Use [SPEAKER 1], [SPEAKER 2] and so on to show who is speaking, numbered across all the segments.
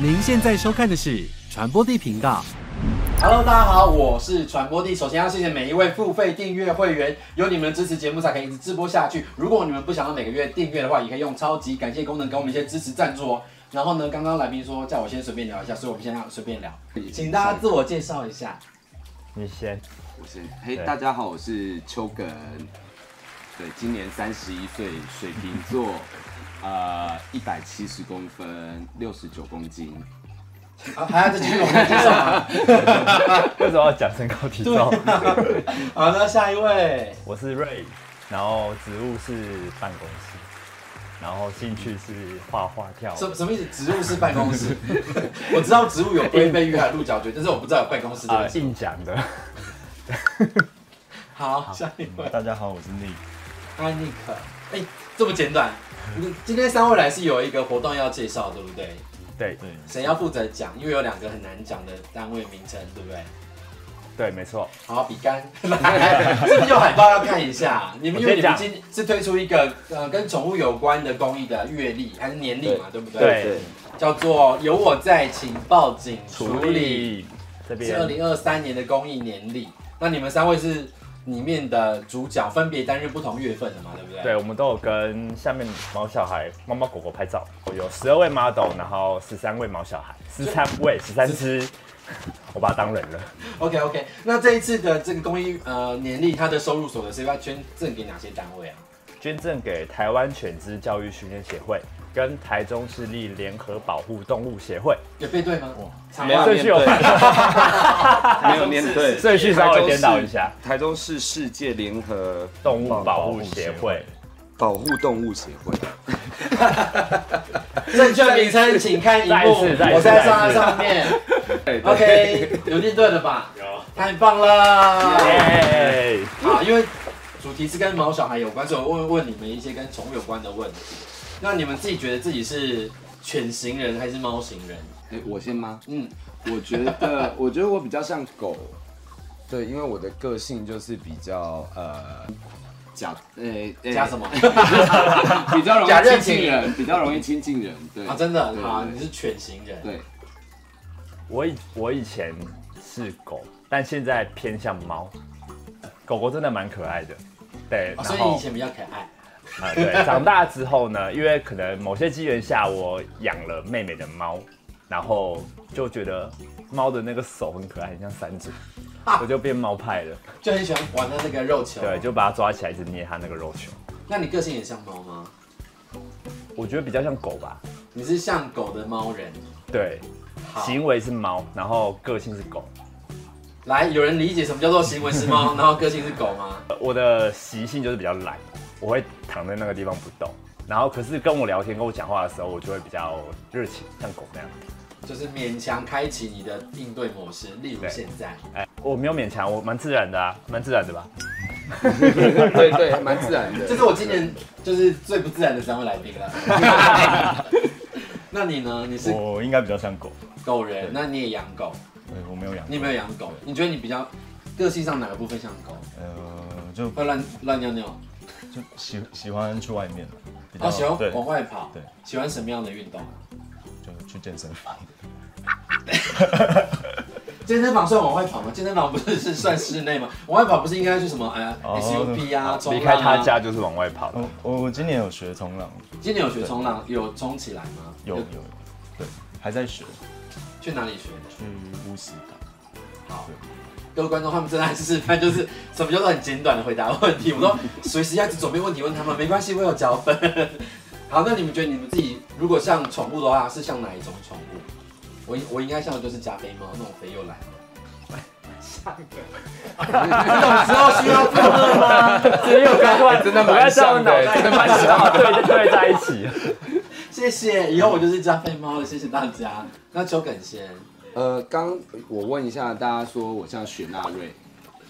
[SPEAKER 1] 您现在收看的是传播地频道。
[SPEAKER 2] Hello，大家好，我是传播帝。首先要谢谢每一位付费订阅会员，有你们的支持，节目才可以一直直播下去。如果你们不想要每个月订阅的话，也可以用超级感谢功能给我们一些支持赞助哦。然后呢，刚刚来宾说叫我先随便聊一下，所以我们先让随便聊，请大家自我介绍一下。
[SPEAKER 3] 你先，
[SPEAKER 4] 我是嘿
[SPEAKER 3] 对
[SPEAKER 4] 大家好，我是秋梗，对，今年三十一岁，水瓶座，呃，一百七十公分，六十九公斤，
[SPEAKER 2] 啊，还要再继续我 们介绍吗？
[SPEAKER 3] 为什么要讲身高体重？
[SPEAKER 2] 好，那下一位，
[SPEAKER 3] 我是瑞，然后职务是办公室，然后兴趣是画画跳
[SPEAKER 2] 什
[SPEAKER 3] 舞。啊
[SPEAKER 2] 什么意思？植物是办公 室，我知道植物有龟背玉还有鹿角蕨，但是我不知道有办公室这
[SPEAKER 3] 啊
[SPEAKER 2] 个，字。
[SPEAKER 3] 硬讲的。
[SPEAKER 2] 好，下一位。
[SPEAKER 3] 嗯大家好，我是 Nick。
[SPEAKER 2] 安妮可，哎、这么简 短。你今天三位来是有一个活动要介绍，对不对？
[SPEAKER 3] 对对
[SPEAKER 2] 谁要负责讲？因为有两个很难讲的单位名称，对不对？
[SPEAKER 3] 对，没错。
[SPEAKER 2] 好，比干， 来，是不是有海报要看一下？你们因为你
[SPEAKER 3] 我先
[SPEAKER 2] 们今
[SPEAKER 3] 讲
[SPEAKER 2] 是推出一个呃跟宠物有关的公益的月历还是年历嘛，对不对？
[SPEAKER 3] 对，
[SPEAKER 2] 叫做有我在，请报警处理，
[SPEAKER 3] 这
[SPEAKER 2] 是二
[SPEAKER 3] 边
[SPEAKER 2] 零二三年的公益年历。那你们三位是里面的主角，分别担任不同月份的嘛，对不对？
[SPEAKER 3] 对，我们都有跟下面毛小孩、猫猫狗狗拍照，有十二位 model，然后十三位毛小孩，十三位，十三只， 我把它当人了。
[SPEAKER 2] OK OK，那这一次的这个公益呃年历，它的收入所得是要捐赠给哪些单位啊？
[SPEAKER 3] 捐赠给台湾犬只教育训练协会跟台中市立联合保护动物协会。
[SPEAKER 2] 有背对吗？哇，
[SPEAKER 4] 没有
[SPEAKER 3] 顺序有
[SPEAKER 4] 面没有念对，
[SPEAKER 3] 顺序稍微颠倒一下。
[SPEAKER 4] 台中市世界联合
[SPEAKER 3] 动物保护协会，
[SPEAKER 4] 保护动物协会，
[SPEAKER 2] 正确名称请看荧幕，
[SPEAKER 3] 再一次再一次
[SPEAKER 2] 我在上上面。
[SPEAKER 4] 对
[SPEAKER 2] OK，有念对了吧？
[SPEAKER 3] 有，
[SPEAKER 2] 太棒了！
[SPEAKER 3] 耶！
[SPEAKER 2] 好，因为主题是跟毛小孩有关，所以我问问你们一些跟宠物有关的问题。那你们自己觉得自己是犬型人还是猫型人？
[SPEAKER 4] 哎、我先吗？
[SPEAKER 2] 嗯，
[SPEAKER 4] 我觉得， 我觉得我比较像狗，对，因为我的个性就是比较呃假，呃、呃
[SPEAKER 2] 加什么？
[SPEAKER 4] 比较容
[SPEAKER 2] 假
[SPEAKER 4] 易
[SPEAKER 2] 热
[SPEAKER 4] 亲
[SPEAKER 2] 情
[SPEAKER 4] 近人，比较容易亲近人，对
[SPEAKER 2] 啊，真的
[SPEAKER 4] 对
[SPEAKER 2] 好，
[SPEAKER 4] 对
[SPEAKER 2] 你是犬型人。
[SPEAKER 4] 对，
[SPEAKER 3] 我以我以前是狗，但现在偏向猫。狗狗真的蛮可爱的，对。
[SPEAKER 2] 哦
[SPEAKER 3] 然
[SPEAKER 2] 所以你以
[SPEAKER 3] 后
[SPEAKER 2] 前比较可爱。
[SPEAKER 3] 啊、对，长大之后呢，因为可能某些机缘下，我养了妹妹的猫，然后就觉得猫的那个手很可爱，很像三指，
[SPEAKER 2] 啊
[SPEAKER 3] 我就变猫派了。
[SPEAKER 2] 就很喜欢玩的那个肉球。
[SPEAKER 3] 对，就把它抓起来，一直捏它那个肉球。
[SPEAKER 2] 那你个性也像猫吗？
[SPEAKER 3] 我觉得比较像狗吧，
[SPEAKER 2] 你是像狗的猫人。
[SPEAKER 3] 对，
[SPEAKER 2] 好，
[SPEAKER 3] 行为是猫，然后个性是狗。
[SPEAKER 2] 来，有人理解什么叫做行为是猫，然后个性是狗吗？
[SPEAKER 3] 我的习性就是比较懒，我会躺在那个地方不动。然后可是跟我聊天、跟我讲话的时候，我就会比较热情，像狗那样。
[SPEAKER 2] 就是勉强开启你的应对模式，例如
[SPEAKER 3] 对
[SPEAKER 2] 现在。
[SPEAKER 3] 哎，我没有勉强，我蛮自然的啊，蛮自然的吧？
[SPEAKER 4] 对对，还蛮自然的。
[SPEAKER 2] 这是我今年就是最不自然的三位来宾了。 那你呢？你是
[SPEAKER 5] 我应该比较像狗，
[SPEAKER 2] 狗人，那你也养狗？
[SPEAKER 5] 对我没有养，
[SPEAKER 2] 你有没有养狗？你觉得你比较个性上哪个部分像狗？
[SPEAKER 5] 呃，就
[SPEAKER 2] 会乱乱尿尿，
[SPEAKER 5] 就喜喜欢去外面，啊比
[SPEAKER 2] 然后哦喜欢
[SPEAKER 5] 对，
[SPEAKER 2] 往外跑
[SPEAKER 5] 对，
[SPEAKER 2] 喜欢什么样的运动？啊
[SPEAKER 5] 就去健身房，
[SPEAKER 2] 健身房算往外跑吗？健身房不是是算室内吗？往外跑不是应该去什么哎
[SPEAKER 5] 哦
[SPEAKER 2] SUP 啊，冲
[SPEAKER 3] 离
[SPEAKER 2] 浪啊
[SPEAKER 3] 开他。家就是往外跑。
[SPEAKER 5] 我我我今年有学冲浪，
[SPEAKER 2] 今年有学冲浪，有冲起来吗？
[SPEAKER 5] 有有，有，对，还在学，
[SPEAKER 2] 去哪里学的？
[SPEAKER 5] 去乌石港，
[SPEAKER 2] 好
[SPEAKER 5] 对，
[SPEAKER 2] 各位观众，他们正在示范，就是什么叫做很简短的回答问题。我说随时要准备问题问他们，没关系，我有脚本。好，那你们觉得你们自己如果像宠物的话，是像哪一种宠物？我应我应该像的就是加菲猫那种肥又懒的。下一个，这种时候需要做的吗？
[SPEAKER 3] 只有刚刚哎真
[SPEAKER 4] 的蛮像 的
[SPEAKER 3] 真的蛮像，对，就对在一起。
[SPEAKER 2] 谢谢，以后我就是加菲猫了，谢谢大家。那秋梗先，
[SPEAKER 4] 呃，刚我问一下大家，说我像雪纳瑞，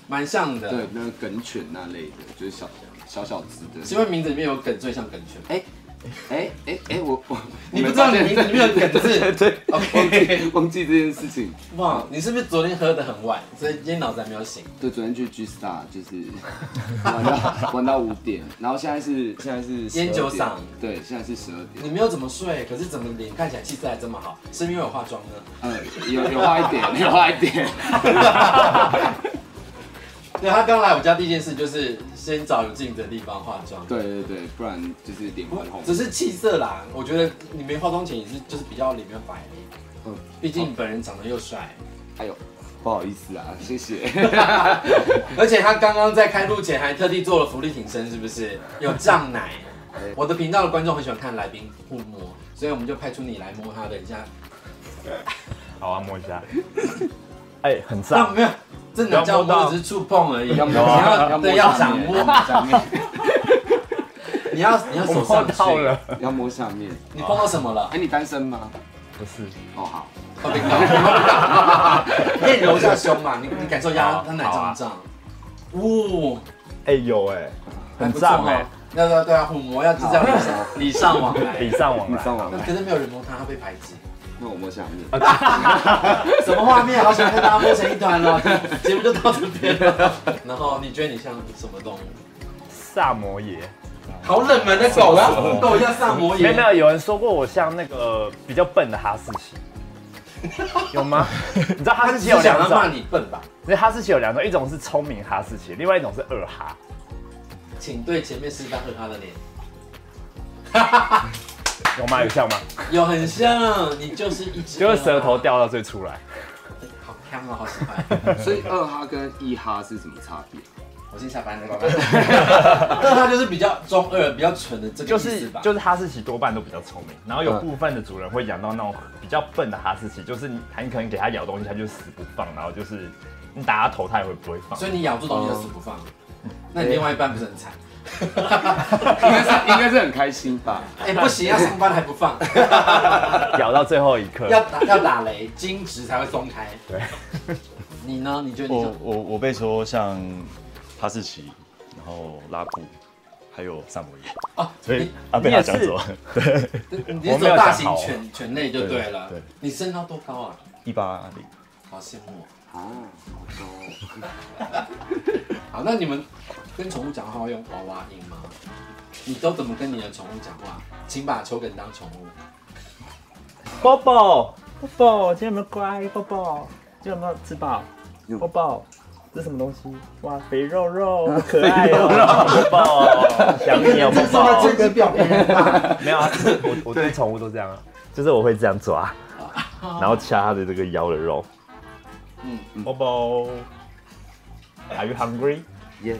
[SPEAKER 2] 蛮像的，
[SPEAKER 4] 对，，那梗犬那类的，就是小小小只
[SPEAKER 2] 请
[SPEAKER 4] 的。
[SPEAKER 2] 问名字里面有梗最像梗犬？哎、
[SPEAKER 4] 哎哎哎，我我
[SPEAKER 2] 你不知道你名字里面有梗字，
[SPEAKER 4] 对对
[SPEAKER 2] ，OK
[SPEAKER 4] 忘记这件事情。
[SPEAKER 2] 哇，你是不是昨天喝的很晚，所以今天脑子还没有醒？
[SPEAKER 4] 对，昨天去 G Star 就是玩到玩到五点，然后现在是现在是12点
[SPEAKER 2] 烟酒嗓
[SPEAKER 4] 对，现在是十二点，
[SPEAKER 2] 你没有怎么睡，可是怎么脸看起来气色还这么好？是因为有化妆呢？
[SPEAKER 4] 呃，有有花一点，有花一点，
[SPEAKER 2] 对他刚来我家第一件事就是先找有镜子的地方化妆。
[SPEAKER 4] 对对对，不然就是脸会红
[SPEAKER 2] 只。是气色啦，我觉得你没化妆前也是就是比较里面白，
[SPEAKER 4] 嗯，
[SPEAKER 2] 毕竟本人长得又帅，
[SPEAKER 4] 哎呦，不好意思啊，谢谢。
[SPEAKER 2] 而且他刚刚在开录前还特地做了福利挺身，是不是？有胀奶。我的频道的观众很喜欢看来宾互摸，所以我们就派出你来摸他的一下。
[SPEAKER 3] 好啊，摸一下。哎、很
[SPEAKER 2] 那
[SPEAKER 3] 脏。
[SPEAKER 2] 没有，这哪叫
[SPEAKER 3] 不要
[SPEAKER 2] 摸，
[SPEAKER 3] 摸到
[SPEAKER 2] 只是触碰而已。你
[SPEAKER 4] 要摸
[SPEAKER 2] 要
[SPEAKER 4] 要摸
[SPEAKER 2] 啊对要
[SPEAKER 4] 下
[SPEAKER 2] 掌
[SPEAKER 4] 面
[SPEAKER 2] 握，你要你要手
[SPEAKER 3] 我摸
[SPEAKER 2] 上
[SPEAKER 3] 到
[SPEAKER 2] 去。
[SPEAKER 3] 了。
[SPEAKER 4] 要摸下面。
[SPEAKER 2] 你碰到什么 了
[SPEAKER 4] 哎、？你单身吗？
[SPEAKER 3] 不是，
[SPEAKER 4] 哦，好。
[SPEAKER 2] 我 被搞，你也揉一下胸嘛，你你感受一下
[SPEAKER 3] 好
[SPEAKER 2] 他奶胀不哦胀？呜、
[SPEAKER 3] 哎、有哎、
[SPEAKER 2] 还
[SPEAKER 3] 很
[SPEAKER 2] 不错哦
[SPEAKER 3] 胀哎、
[SPEAKER 2] 要要对啊，互摸要制造礼尚礼尚往来。
[SPEAKER 3] 礼尚往
[SPEAKER 4] 你上
[SPEAKER 3] 来。
[SPEAKER 4] 网
[SPEAKER 2] 那
[SPEAKER 4] 来，
[SPEAKER 2] 可是没有人摸他，他被排挤。
[SPEAKER 4] 那我摸下面。
[SPEAKER 2] 什么画面？好想跟大家摸成一团 了。节目就到这边了。 然后你觉得你像什么动物？
[SPEAKER 3] 萨摩耶。
[SPEAKER 2] 好冷门的狗，我要逗一下萨摩
[SPEAKER 3] 啊没有
[SPEAKER 2] 耶
[SPEAKER 3] 没。有，有人说过我像那个比较笨的哈士奇，有吗？你知道哈
[SPEAKER 2] 他
[SPEAKER 3] 士
[SPEAKER 2] 是
[SPEAKER 3] 奇有
[SPEAKER 2] 想要
[SPEAKER 3] 两
[SPEAKER 2] 骂
[SPEAKER 3] 种，
[SPEAKER 2] 你笨吧？
[SPEAKER 3] 那哈士奇有两种，一种是聪明哈士奇，另外一种是二哈。
[SPEAKER 2] 请对前面示范和他的脸，
[SPEAKER 3] 有吗？有像吗？
[SPEAKER 2] 有很像，你就是啊一只，
[SPEAKER 3] 就是舌头，掉到最出来。
[SPEAKER 2] 好香哦，好喜欢。
[SPEAKER 4] 所以二哈跟一哈是什么差别？
[SPEAKER 2] 我先下班了，拜 拜。那他就是比较中二、比较蠢的这个
[SPEAKER 3] 就
[SPEAKER 2] 意思
[SPEAKER 3] 是
[SPEAKER 2] 吧？
[SPEAKER 3] 就是哈士奇多半都比较聪明，然后有
[SPEAKER 4] 嗯
[SPEAKER 3] 部分的主人会养到那种比较笨的哈士奇，就是你很可能给它咬东西，它就死不放，然后就是你打它头，它也会不会放
[SPEAKER 2] 所。以你咬住东西就死不
[SPEAKER 3] 哦
[SPEAKER 2] 放。那你另外一半不是很惨？
[SPEAKER 4] 应该是应该是很开心吧？
[SPEAKER 2] 哎，不行，要上班还不放，
[SPEAKER 3] 咬到最后一刻，
[SPEAKER 2] 要打要打雷，筋直才会松开。
[SPEAKER 3] 对，哦
[SPEAKER 2] 你呢？你觉得你
[SPEAKER 5] 我
[SPEAKER 2] 像
[SPEAKER 5] 我我被说像哈士奇，然后拉布，还有萨摩耶，
[SPEAKER 2] 哦？
[SPEAKER 5] 所以
[SPEAKER 2] 你
[SPEAKER 5] 啊被
[SPEAKER 3] 你
[SPEAKER 5] 他
[SPEAKER 3] 也是
[SPEAKER 5] 讲走了， 对，
[SPEAKER 2] 你你
[SPEAKER 3] 我
[SPEAKER 2] 走
[SPEAKER 3] 没有
[SPEAKER 2] 大
[SPEAKER 3] 讲
[SPEAKER 2] 型
[SPEAKER 3] 好啊
[SPEAKER 2] 犬犬类就对了
[SPEAKER 5] 对对。
[SPEAKER 2] 你身高多高啊？
[SPEAKER 5] 一八零，
[SPEAKER 2] 好羡慕哦。
[SPEAKER 4] 哦，好高哦。
[SPEAKER 2] 好，那你们跟宠物讲话会用娃娃音吗？你都怎么跟你的宠物讲话？请把球梗当宠物。
[SPEAKER 3] 抱抱抱抱，今天有没有乖？抱抱，今天有没有吃饱？抱抱，这是什么东西？哇，肥肉 肉，好可爱哦！抱 抱，想你哦，抱抱。
[SPEAKER 2] 个表面。
[SPEAKER 3] 没有啊，我我对宠物都这样啊，就是我会这样抓，然后掐它的这个腰的肉。
[SPEAKER 2] 哦嗯
[SPEAKER 3] 嗯，抱抱。Are you hungry？
[SPEAKER 4] Yes。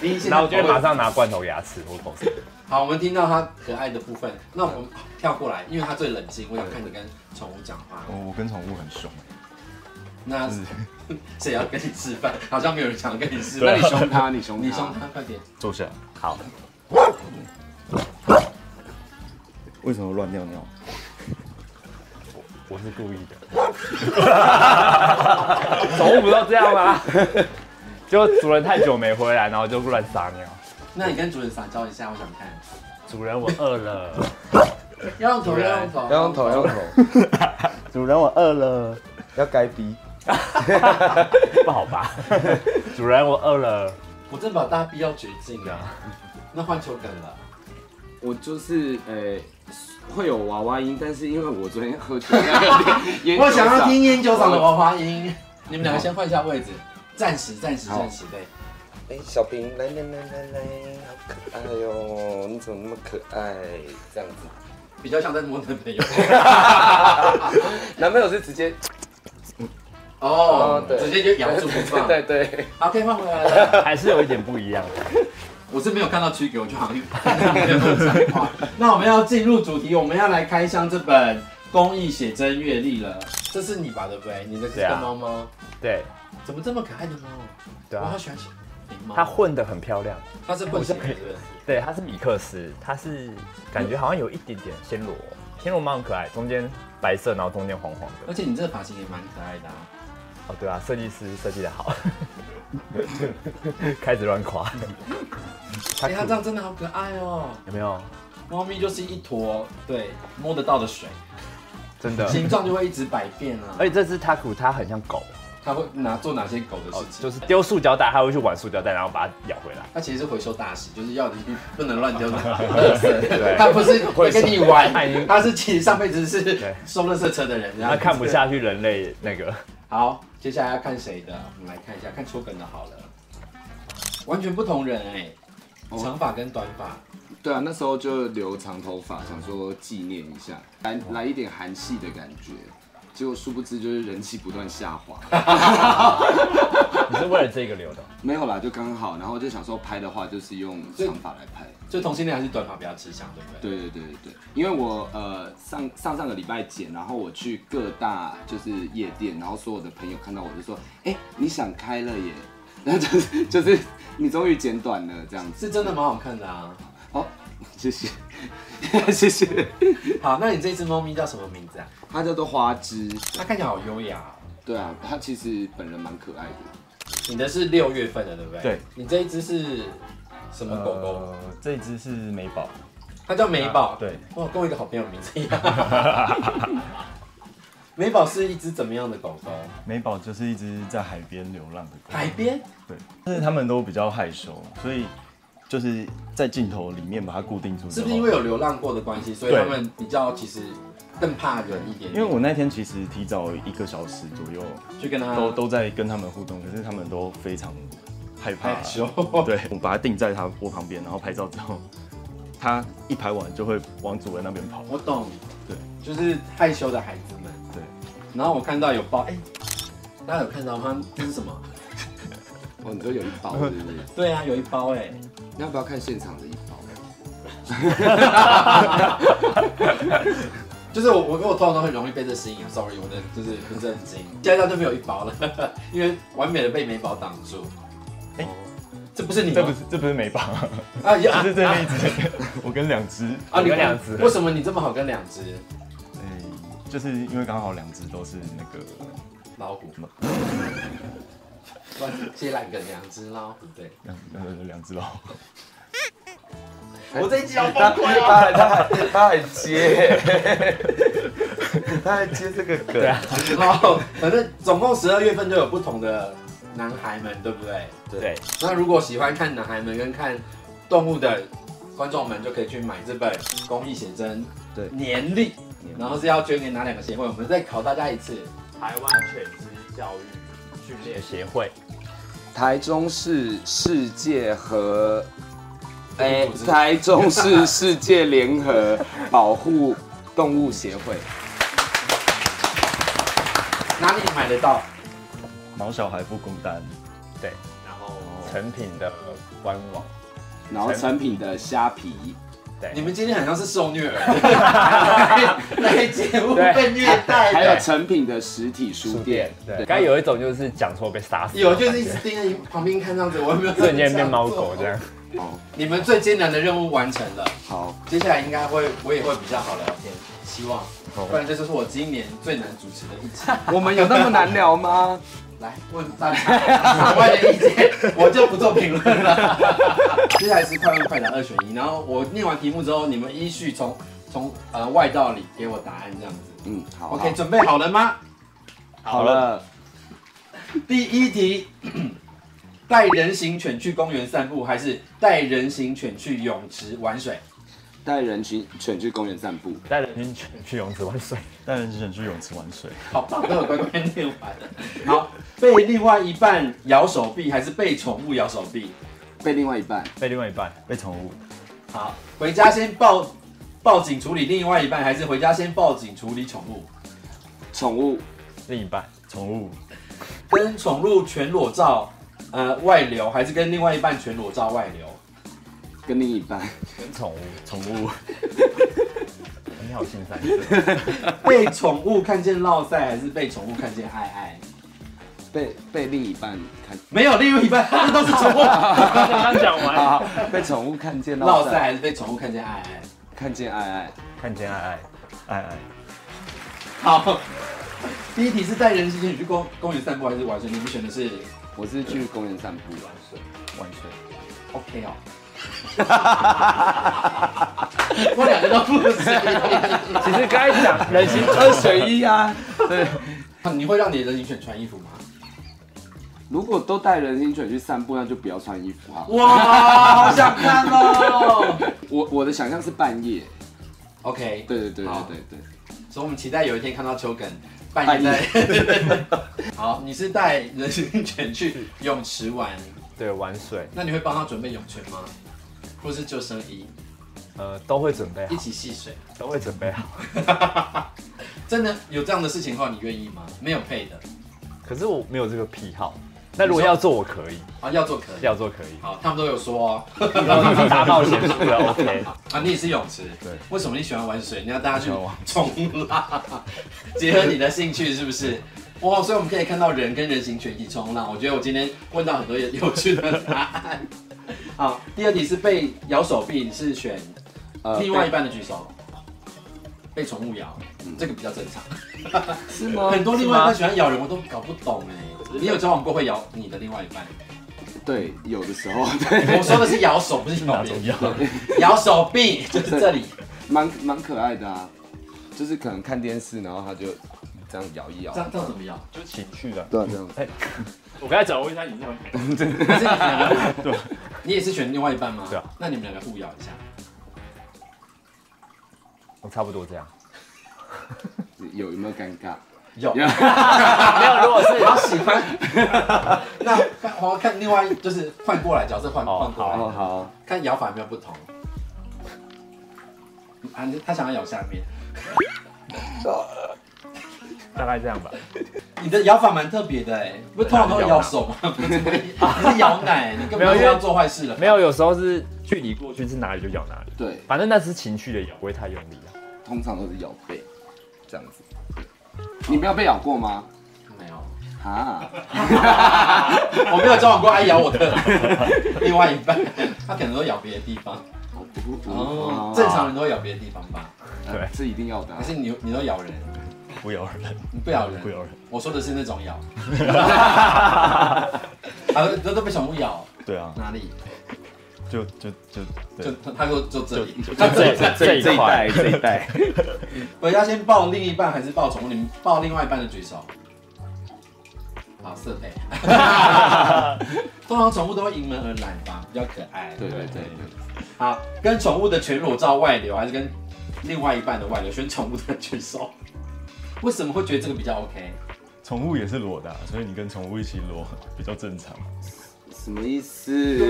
[SPEAKER 2] 你现在
[SPEAKER 3] 然后我就会马上拿罐头给它吃，我口吃。
[SPEAKER 2] 好，我们听到它可爱的部分，那我们跳过来，因为它最冷静。我想看你跟宠物讲话。
[SPEAKER 5] 我我跟宠物很凶，
[SPEAKER 2] 那
[SPEAKER 5] 就是
[SPEAKER 2] 谁要跟你吃饭？好像没有人想要跟你吃
[SPEAKER 4] 那
[SPEAKER 6] 啊
[SPEAKER 2] 饭。
[SPEAKER 4] 你凶他，你凶他，
[SPEAKER 2] 你凶它，快点！
[SPEAKER 5] 坐下。
[SPEAKER 3] 好，
[SPEAKER 5] 为什么乱尿尿？
[SPEAKER 3] 我是故意 的。宠物不都这样吗？就主人太久没回来，然后就乱撒尿。
[SPEAKER 2] 那你跟主人撒娇一下，我想看。
[SPEAKER 3] 主人，我饿了。
[SPEAKER 2] 要用头，要用头，
[SPEAKER 6] 要用头，要用头。主人，我饿了，要该逼。
[SPEAKER 3] 不好吧？ 主人，我饿了。
[SPEAKER 2] 我真把大家逼到绝境了。
[SPEAKER 6] 啊
[SPEAKER 2] 那换球梗了，
[SPEAKER 4] 我就是呃会有娃娃音，但是因为我昨天喝酒，我
[SPEAKER 2] 我想要听烟酒嗓的娃娃音。你们两个先换一下位置，暂时，暂时，
[SPEAKER 4] 好
[SPEAKER 2] 暂时，对。
[SPEAKER 6] 哎、小平，来来来来来，好可爱哟、你怎么那么可爱？这样 子，
[SPEAKER 2] 比较像在摸男朋友。
[SPEAKER 6] 男朋友是直接
[SPEAKER 2] 哦
[SPEAKER 6] 哦，对
[SPEAKER 2] 直接就咬住不 放。
[SPEAKER 6] 对对对，
[SPEAKER 2] 好，可以换回来了。
[SPEAKER 3] 还是有一点不一样的。
[SPEAKER 2] 我是没有看到区隔，我就好像看到你在路上。好那我们要进入主题，我们要来开箱这本公益写真阅历了。这是你吧，对不对？你的这
[SPEAKER 3] 对
[SPEAKER 2] 个
[SPEAKER 3] 啊
[SPEAKER 2] 猫猫，
[SPEAKER 3] 对
[SPEAKER 2] 怎么这么可爱的猫？
[SPEAKER 3] 对
[SPEAKER 2] 我
[SPEAKER 3] 啊
[SPEAKER 2] 好，喜欢小灵猫。
[SPEAKER 3] 它混得很漂亮。
[SPEAKER 2] 它是混血的，
[SPEAKER 3] 我是对，它是米克斯，它是感觉好像有一点点暹罗，暹罗猫很可爱，中间白色，然后中间黄黄的。
[SPEAKER 2] 而且你这个发型也蛮可爱的啊。
[SPEAKER 3] 哦，对啊，设计师设计的好， 开始乱 夸，
[SPEAKER 2] 哎、它这样真的好可爱哦、
[SPEAKER 3] 有没有？
[SPEAKER 2] 猫咪就是一坨对摸得到的水，
[SPEAKER 3] 真的，
[SPEAKER 2] 形状就会一直百变啊。
[SPEAKER 3] 而且这只 Taku 它很像狗，
[SPEAKER 2] 它会拿做哪些狗的
[SPEAKER 3] 哦
[SPEAKER 2] 事，情？
[SPEAKER 3] 就是丢塑胶袋，它会去玩塑胶袋，然后把它咬回来。
[SPEAKER 2] 它其实是回收大师，就是要你不能乱丢垃圾。
[SPEAKER 3] 对
[SPEAKER 2] 它不是会跟你玩
[SPEAKER 3] 它已，经
[SPEAKER 2] 它是其实上辈子是
[SPEAKER 3] 对
[SPEAKER 2] 收垃圾车的人，然
[SPEAKER 3] 它
[SPEAKER 2] 后
[SPEAKER 3] 看不。下去人类那个，
[SPEAKER 2] 好，接下来要看谁的？我们来看一下，看秋梗的好了。完全不同人哎、长发跟短发，
[SPEAKER 4] 对啊，那时候就留长头发，想说纪念一下，
[SPEAKER 6] 哦
[SPEAKER 4] 来来一点韩系的感觉。结果殊不知就是人气不断下滑，
[SPEAKER 3] 你是为了这个留 的？
[SPEAKER 4] 没有啦，就刚好。然后就想说拍的话，就是用长发来拍。
[SPEAKER 2] 就同性恋还是短发比较吃香，对不对？
[SPEAKER 4] 对对对对对，因为我呃上上上个礼拜剪，然后我去各大就是夜店，然后所有的朋友看到我就说，哎、你想开了耶， 然后就是就是你终于剪短了这样子。
[SPEAKER 2] 是真的蛮好看的啊。
[SPEAKER 4] 哦，谢谢 谢谢。
[SPEAKER 2] 好，那你这只猫咪叫什么名字啊？
[SPEAKER 4] 它叫做花枝，
[SPEAKER 2] 它看起来好优雅、哦。
[SPEAKER 4] 对啊，它其实本人蛮可爱的，
[SPEAKER 2] 你的是六月份的，对不对？
[SPEAKER 5] 对。
[SPEAKER 2] 你这一只是什么狗狗？
[SPEAKER 5] 呃，这只是美宝，
[SPEAKER 2] 它叫美宝。
[SPEAKER 5] 啊对。
[SPEAKER 2] 哇，跟我一个好朋友名字一 样。美宝是一只怎么样的狗狗？
[SPEAKER 5] 美宝就是一只在海边流浪的狗，
[SPEAKER 2] 海边？
[SPEAKER 5] 对，但是它们都比较害羞，所以就是在镜头里面把它固定住之
[SPEAKER 2] 是
[SPEAKER 5] 后。
[SPEAKER 2] 不是因为有流浪过的关系，所以
[SPEAKER 5] 对
[SPEAKER 2] 它们比较其实更怕人一点点？
[SPEAKER 5] 因为我那天其实提早一个小时左右，
[SPEAKER 2] 去跟它
[SPEAKER 5] 都都在跟他们互动，可是他们都非常害怕。
[SPEAKER 2] 害羞。
[SPEAKER 5] 对，我把它定在它窝旁边，然后拍照之后，它一拍完就会往主人那边跑。
[SPEAKER 2] 我懂。
[SPEAKER 5] 对，
[SPEAKER 2] 就是害羞的孩子们。
[SPEAKER 5] 对。
[SPEAKER 2] 然后我看到有抱，哎、大家有看到吗？这是什么？
[SPEAKER 4] 哦，你说有一包对不对？
[SPEAKER 2] 对啊，有一包哎、
[SPEAKER 4] 你要不要看现场的一包？
[SPEAKER 2] 就是我我我通常都很容易被这吸引，sorry，我的就是不是很精。现在它就没有一包了， 因为完美的被美宝挡住。哦
[SPEAKER 5] 哎
[SPEAKER 2] 这不是你
[SPEAKER 5] 这不
[SPEAKER 2] 吗
[SPEAKER 5] 是这不是 美宝，
[SPEAKER 2] 啊？呀
[SPEAKER 5] 这是这
[SPEAKER 2] 啊
[SPEAKER 5] 边一只，我跟两只，
[SPEAKER 2] 啊！
[SPEAKER 3] 我
[SPEAKER 2] 你
[SPEAKER 3] 跟两只
[SPEAKER 2] 为什么你这么好跟两只
[SPEAKER 5] 哎，就是因为刚好两只都是那个
[SPEAKER 2] 老虎
[SPEAKER 5] 什么？
[SPEAKER 2] 接两个两只老 虎，对。
[SPEAKER 5] 两呃两只老虎。
[SPEAKER 2] 我这一集要
[SPEAKER 6] 他他还他还他还接，他还接这个梗，
[SPEAKER 2] 好，反正总共十二月份就有不同的男孩们，对不对？
[SPEAKER 3] 对，
[SPEAKER 2] 那如果喜欢看男孩们跟看动物的观众们，就可以去买这本公益写真，
[SPEAKER 6] 对
[SPEAKER 2] 年历，然后是要捐给哪两个协会？我们再考大家一次。
[SPEAKER 3] 台湾犬只教育训练协会，
[SPEAKER 4] 台中市世界和，哎、
[SPEAKER 2] 不是
[SPEAKER 4] 台中市世界联合保护动物协会，
[SPEAKER 2] 哪里买得到？
[SPEAKER 5] 毛小孩不孤单，
[SPEAKER 3] 对，
[SPEAKER 2] 然后
[SPEAKER 3] 成品的官网，
[SPEAKER 4] 然后成品的虾皮，
[SPEAKER 3] 对，
[SPEAKER 2] 你们今天好像是受虐 儿，来节目被虐待
[SPEAKER 4] 还
[SPEAKER 2] 的
[SPEAKER 4] 有。成品的实体书店。
[SPEAKER 3] 对，该有一种就是讲错被杀死的
[SPEAKER 2] 有
[SPEAKER 3] 感觉，
[SPEAKER 2] 就是一直盯着旁边看这样子，我有没有
[SPEAKER 3] 瞬间变猫狗 这样。
[SPEAKER 4] 哦，
[SPEAKER 2] 你们最艰难的任务完成了，
[SPEAKER 4] 好，
[SPEAKER 2] 接下来应该会我也会比较好聊天，希望，不然这就是我今年最难主持的一集。
[SPEAKER 4] 我们有那么难聊 吗？
[SPEAKER 2] 来问大家外的意见，我就不做评论了。接下来是快问快答二选一，然后我念完题目之后，你们依序从从呃外到里给我答案这样子。
[SPEAKER 4] 嗯，好呃
[SPEAKER 2] OK，准备好了吗？
[SPEAKER 4] 好好了，
[SPEAKER 2] 第一题，带人形犬去公园散步，还是带人形犬去泳池玩水？
[SPEAKER 4] 带人群犬去公园散步，
[SPEAKER 3] 带人群犬去泳池玩水，
[SPEAKER 5] 带人犬去泳池玩水，
[SPEAKER 2] 好棒，都有乖乖念完了。好，被另外一半咬手臂，还是被宠物咬手臂？
[SPEAKER 4] 被另外一半
[SPEAKER 3] 被另外一半
[SPEAKER 5] 被宠物
[SPEAKER 2] 好，回家先报报警处理另外一半，还是回家先报警处理宠物？
[SPEAKER 4] 宠物
[SPEAKER 3] 另一半
[SPEAKER 5] 宠物
[SPEAKER 2] 跟宠物全裸照，呃，外流，还是跟另外一半全裸照外流？
[SPEAKER 4] 跟另一半，
[SPEAKER 3] 跟宠物，
[SPEAKER 5] 宠物
[SPEAKER 3] 你好心塞。
[SPEAKER 2] 被宠物看见落塞，还是被宠物看见爱爱？
[SPEAKER 4] 被被另一半看，
[SPEAKER 2] 没有，另外一半那都是宠物。
[SPEAKER 3] 刚讲完，
[SPEAKER 4] 好好被宠物看见
[SPEAKER 2] 落
[SPEAKER 4] 到
[SPEAKER 2] 塞，还是被宠物看见爱爱？
[SPEAKER 4] 看见爱爱，
[SPEAKER 3] 看见爱爱，
[SPEAKER 5] 爱爱
[SPEAKER 2] 好，第一题是带人之前你去公公园散步还是玩水？你们选的是
[SPEAKER 4] 我是去公园散步
[SPEAKER 2] 玩水
[SPEAKER 3] 万岁！
[SPEAKER 2] ，OK 哦。我两个都不行。
[SPEAKER 3] 其实刚才讲人行
[SPEAKER 4] 二选一啊。 对，
[SPEAKER 2] 你会让你的人选穿衣服吗？
[SPEAKER 4] 如果都带人心犬去散步，那就不要穿衣服哈。
[SPEAKER 2] 哇，好想看哦。
[SPEAKER 4] 我我的想象是半夜，
[SPEAKER 2] OK，
[SPEAKER 4] 对对对对
[SPEAKER 2] 好
[SPEAKER 4] 对对。
[SPEAKER 2] 所以我们期待有一天看到秋梗半夜在。 好，你是带人形犬去泳池玩，
[SPEAKER 3] 对玩水，
[SPEAKER 2] 那你会帮他准备泳圈吗？或是救生衣，
[SPEAKER 3] 呃，都会准备好
[SPEAKER 2] 一，起戏水？
[SPEAKER 3] 都会准备好。
[SPEAKER 2] 真的有这样的事情的话，你愿意吗？没有配的
[SPEAKER 3] 可是我没有这个癖好，那如果要做我可以，
[SPEAKER 2] 啊，要做可以。，
[SPEAKER 3] 要做可 以
[SPEAKER 2] 好，他们都有说哦。
[SPEAKER 3] 打冒险输了 OK。
[SPEAKER 2] 啊，你也是泳池？
[SPEAKER 5] 对。
[SPEAKER 2] 为什么你喜欢玩水？你要大家去
[SPEAKER 5] 喜欢玩
[SPEAKER 2] 冲浪， 结合你的兴趣是不是？哇，所以我们可以看到人跟人形群体冲浪。我觉得我今天问到很多有有趣的答案。 好，第二题是被咬手臂，你是选
[SPEAKER 4] 呃
[SPEAKER 2] 另外一半的举手。被宠物咬，这个比较正常。
[SPEAKER 4] 是 吗？
[SPEAKER 2] 很多另外一
[SPEAKER 4] 是
[SPEAKER 2] 半
[SPEAKER 4] 吗
[SPEAKER 2] 喜欢咬人，我都搞不懂哎。你有交往过会咬你的另外一 半？
[SPEAKER 4] 对，有的时 候对，
[SPEAKER 2] 我说的是咬手，不是咬脸。 咬手臂就是这里。
[SPEAKER 4] 蛮蛮可爱的啊。就是可能看电视，然后他就这样摇一摇
[SPEAKER 2] 这，样这样怎么咬？
[SPEAKER 5] 就是情绪的，
[SPEAKER 4] 对啊，这样。
[SPEAKER 7] 我刚才找问一下你这么
[SPEAKER 2] 可是你们两个互你也是选另外一半吗？
[SPEAKER 3] 对啊。
[SPEAKER 2] 那你们两个互咬一下，
[SPEAKER 3] 我哦差不多这样，
[SPEAKER 4] 有有没有尴尬？
[SPEAKER 2] 有。
[SPEAKER 3] 没有。如果是
[SPEAKER 2] 好喜 欢。那看我要看另外一就是换过来，角色换
[SPEAKER 3] 哦
[SPEAKER 2] 换过
[SPEAKER 4] 哦
[SPEAKER 2] 来，
[SPEAKER 4] 好，
[SPEAKER 2] 看咬法有没有不同。啊，你他想要咬下面，
[SPEAKER 3] 大概这样吧，
[SPEAKER 2] 你的咬法蛮特别的哎，不是通常都是咬手吗？ 不是你是咬奶，你根
[SPEAKER 3] 没
[SPEAKER 2] 本
[SPEAKER 3] 有
[SPEAKER 2] 就
[SPEAKER 3] 因为
[SPEAKER 2] 要做坏事了。
[SPEAKER 3] 没有，有时候是距离过去是哪里就咬哪里，
[SPEAKER 4] 对，
[SPEAKER 3] 反正那是情绪的咬，不会太用力啊。
[SPEAKER 4] 通常都是咬背，这样子。你没有被咬过吗？
[SPEAKER 2] 没有，
[SPEAKER 4] 啊，
[SPEAKER 2] 我没有交往过爱咬我的另外一半，他可能都咬别的地方。
[SPEAKER 4] 我不不
[SPEAKER 2] 哦
[SPEAKER 4] 哦，，
[SPEAKER 2] 正常人都会咬别的地方吧？
[SPEAKER 4] 呃这一定要的啊
[SPEAKER 2] 还。是你你都咬人？
[SPEAKER 5] 不咬人，
[SPEAKER 2] 你不咬人？
[SPEAKER 5] 不咬人。
[SPEAKER 2] 我说的是那种咬。啊，都都被宠物咬，
[SPEAKER 5] 对啊，
[SPEAKER 2] 哪里？
[SPEAKER 5] 就就就
[SPEAKER 2] 就
[SPEAKER 5] 对，
[SPEAKER 2] 他就就这里。
[SPEAKER 5] 就
[SPEAKER 2] 他
[SPEAKER 3] 这这这一块，
[SPEAKER 4] 这一代，
[SPEAKER 2] 我要先抱另一半还是抱宠物？你们抱另外一半的举手。好，色 配。通常宠物都会迎门而来吧，比较可爱。
[SPEAKER 4] 对对对，
[SPEAKER 2] 好，跟宠物的全裸照外流，还是跟另外一半的外流？选宠物的举手。为什么会觉得这个比较 OK？
[SPEAKER 5] 宠物也是裸的啊、所以你跟宠物一起裸比较正常。
[SPEAKER 4] 什么意思？
[SPEAKER 2] 听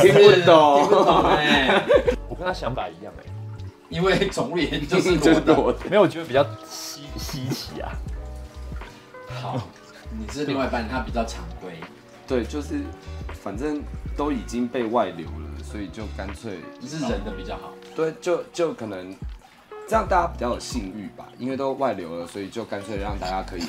[SPEAKER 4] 听不
[SPEAKER 2] 听不
[SPEAKER 4] 懂，
[SPEAKER 2] 懂哎，
[SPEAKER 3] 我跟他想法一样哎、
[SPEAKER 2] 因为宠物也 就是
[SPEAKER 4] 就是
[SPEAKER 2] 裸的。
[SPEAKER 4] 我的。
[SPEAKER 3] 没有，我觉得比较稀稀奇啊。
[SPEAKER 2] 好，你是另外一半，他比较常规。
[SPEAKER 4] 对，就是反正都已经被外流了，所以就干脆
[SPEAKER 2] 你是人的比较好。
[SPEAKER 4] 对，就就可能这样大家比较有性欲吧，因为都外流了，所以就干脆让大家 可以，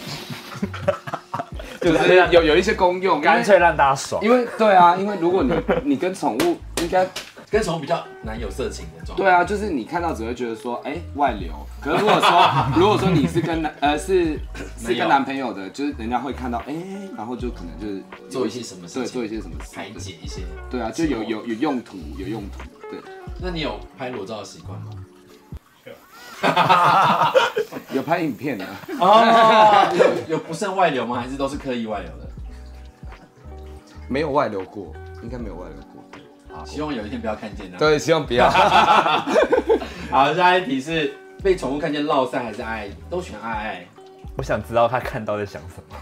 [SPEAKER 4] 就是有有一些功用，因为
[SPEAKER 3] 干脆让大家爽。
[SPEAKER 4] 因为对啊，因为如果 你你跟宠物应该
[SPEAKER 2] 跟宠物比较难有色情的状态。
[SPEAKER 4] 对啊，就是你看到只会觉得说，哎、外流。可是如果说如果说你是跟男呃是是
[SPEAKER 2] 没有
[SPEAKER 4] 跟男朋友的，就是人家会看到，哎、然后就可能就是
[SPEAKER 2] 做一些什么事情
[SPEAKER 4] 对，做一些什么事
[SPEAKER 2] 排解。一些。
[SPEAKER 4] 对对啊，就有有有用途，有用途。对，
[SPEAKER 2] 那你有拍裸照的习惯吗？
[SPEAKER 4] 有拍影片的，
[SPEAKER 2] 哦，有有不慎外流吗？还是都是刻意外流的？
[SPEAKER 4] 没有外流过，应该没有外流过。
[SPEAKER 2] 希望有一天不要看 见它。
[SPEAKER 4] 对，希望不要。
[SPEAKER 2] 好，下一题是被宠物看见落散还是爱爱？都选爱爱。
[SPEAKER 3] 我想知道他看到在想什么。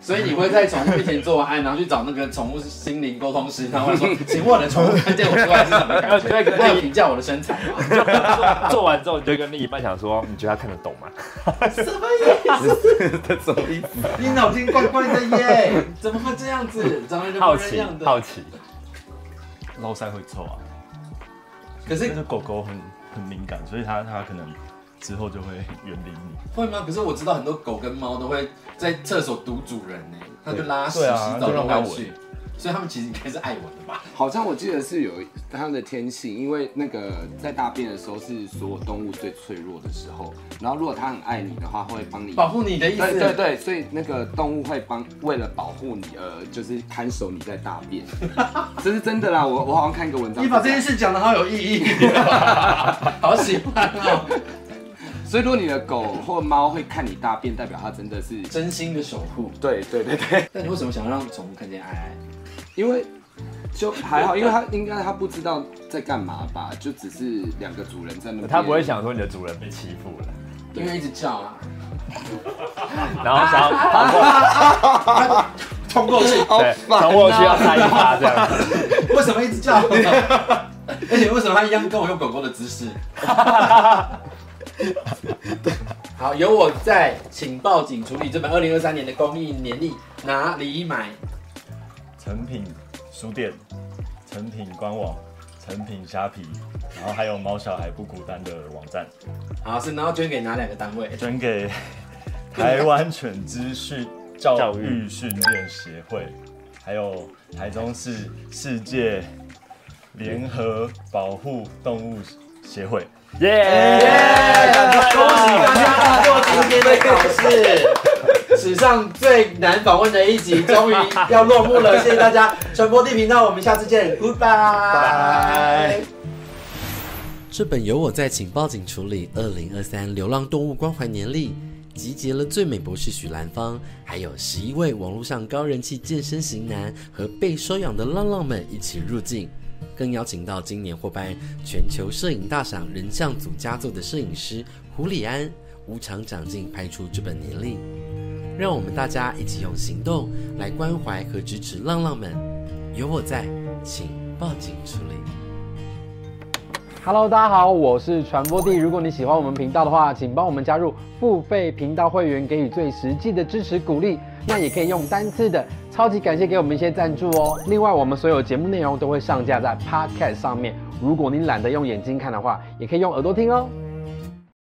[SPEAKER 2] 所以你会在宠物面前做完爱，然后去找那个宠物心灵沟通师，然后 说：“请问我的宠物看见我出来是什么 感觉？
[SPEAKER 3] 对可是
[SPEAKER 2] 它有评价我的身材 吗？”
[SPEAKER 3] 做 做完之后，你就跟另一半想说，你觉得他看得懂吗？
[SPEAKER 2] 你脑筋怪怪的耶， 怎么会这样子？长得人模
[SPEAKER 3] 好
[SPEAKER 2] 人
[SPEAKER 3] 奇
[SPEAKER 2] 样，
[SPEAKER 3] 好
[SPEAKER 2] 的。
[SPEAKER 3] 奇。
[SPEAKER 5] 捞腮会臭啊，
[SPEAKER 2] 可
[SPEAKER 5] 那
[SPEAKER 2] 是
[SPEAKER 5] 个狗狗很很敏感，所以它它可能之后就会远离你。
[SPEAKER 2] 会吗？可是我知道很多狗跟猫都会在厕所堵主人呢，它就拉屎
[SPEAKER 5] 对
[SPEAKER 2] 洗
[SPEAKER 5] 啊
[SPEAKER 2] 澡
[SPEAKER 5] 就
[SPEAKER 2] 弄
[SPEAKER 5] 让它
[SPEAKER 2] 回
[SPEAKER 5] 闻
[SPEAKER 2] 去。所以他们其实应该是爱玩的吧？
[SPEAKER 4] 好像我记得是有它的天性，因为那个在大便的时候是所有动物最脆弱的时候，然后如果它很爱你的话，会帮你
[SPEAKER 2] 保护你的哦意思，
[SPEAKER 4] 对对对，所以那个动物会帮为了保护你而就是看守你在大便， 这是真的啦。我我好像看一个文章，
[SPEAKER 2] 你把这件，事讲的好有意义， 好喜欢哦！
[SPEAKER 4] 所以如果你的狗或猫会看你大便，代表它真的是
[SPEAKER 2] 真心的守护。
[SPEAKER 4] 对对对对，
[SPEAKER 2] 那你为什么想要让宠物看见爱爱？
[SPEAKER 4] 因为就还好，因为它应该它不知道在干嘛吧，就只是两个主人在那边，
[SPEAKER 3] 他 不会想说你的主人被欺负了，
[SPEAKER 2] 因为一直叫啊，
[SPEAKER 3] 然后想 要跑过来，
[SPEAKER 2] 冲过去，
[SPEAKER 3] 对，从过去要塞一发这样 子。
[SPEAKER 2] 为什么一直 叫？而且为什么它一样跟我用狗狗的姿势？好，有我在，请报警处理这本二零二三年的公益年历，哪里买？
[SPEAKER 5] 成品书店、成品官网、成品虾皮，然后还有猫小孩不孤单的网站，
[SPEAKER 2] 好，是然后捐给哪两个单位？
[SPEAKER 5] 捐给 台湾犬只训教育训练协会，还有台中市世界联合保护动物协会。
[SPEAKER 3] 耶！
[SPEAKER 2] 恭喜大家大做今天的考试，史上最难访问的一集终于要落幕了，谢谢大家！传播地频道，我们下次见，Goodbye。
[SPEAKER 8] 这本由我在请报警处理二零二三流浪动物关怀年历，集结了最美博士许兰芳，还有十一位网络上高人气健身型男和被收养的浪浪们一起入境，更邀请到今年获颁全球摄影大赏人像组佳作的摄影师胡里安无偿奖金拍出这本年历。让我们大家一起用行动来关怀和支持浪浪们，有我在，请报警处理。
[SPEAKER 9] Hello，大家好，我是传播帝。如果你喜欢我们频道的话，请帮我们加入付费频道会员，给予最实际的支持鼓励。那也可以用单次的，超级感谢给我们一些赞助哦。另外，我们所有节目内容都会上架在 Podcast 上面，如果你懒得用眼睛看的话，也可以用耳朵听哦。